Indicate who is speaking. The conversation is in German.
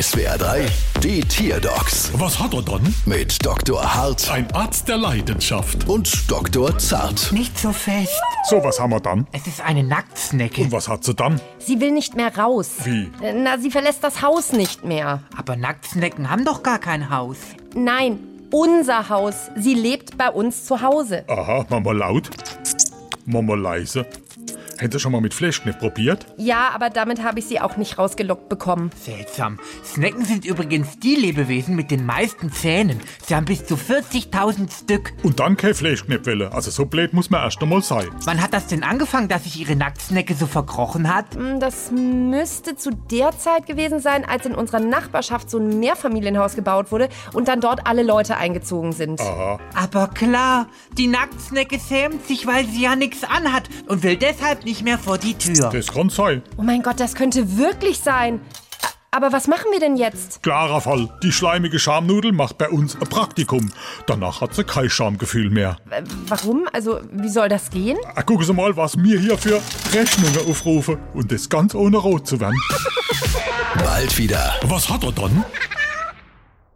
Speaker 1: SWR 3, die Tierdocs
Speaker 2: Was hat er dann?
Speaker 1: mit Dr. Hart
Speaker 2: Ein Arzt der Leidenschaft.
Speaker 1: und Dr. Zart.
Speaker 3: Nicht so fest.
Speaker 2: So, was haben wir dann?
Speaker 3: Es ist eine Nacktsnecke.
Speaker 2: Und was hat sie dann?
Speaker 4: Sie will nicht mehr raus.
Speaker 2: Wie?
Speaker 4: Äh, Na, sie verlässt das Haus nicht mehr.
Speaker 3: Aber Nacktsnecken haben doch gar kein Haus.
Speaker 4: Nein, unser Haus. Sie lebt bei uns zu Hause.
Speaker 2: Aha, Mama laut, Mama leise. Hätte schon mal mit Fleischknepp probiert?
Speaker 4: Ja, aber damit habe ich sie auch nicht rausgelockt bekommen.
Speaker 3: Seltsam. Snecken sind übrigens die Lebewesen mit den meisten Zähnen. Sie haben bis zu 40.000 Stück.
Speaker 2: Und dann keine Fleischkneppwelle. Also so blöd muss man erst einmal sein.
Speaker 3: Wann hat das denn angefangen, dass sich ihre Nacktsnecke so verkrochen hat?
Speaker 4: Hm, Das müsste zu der Zeit gewesen sein, als in unserer Nachbarschaft so ein Mehrfamilienhaus gebaut wurde und dann dort alle Leute eingezogen sind.
Speaker 3: Aber klar, die Nacktsnecke schämt sich, weil sie ja nichts anhat und will deshalb nicht mehr vor die Tür.
Speaker 2: Das kann sein.
Speaker 4: Oh mein Gott, das könnte wirklich sein. A- Aber was machen wir denn jetzt?
Speaker 2: Klarer Fall. Die schleimige Schamnudel macht bei uns ein Praktikum. Danach hat sie kein Schamgefühl mehr.
Speaker 4: Äh, Warum? Also, wie soll das gehen?
Speaker 2: Ah, gucken Sie mal, was mir hier für Rechnungen aufrufen. Und das ganz ohne rot zu werden.
Speaker 1: Bald wieder.
Speaker 2: Was hat er dann?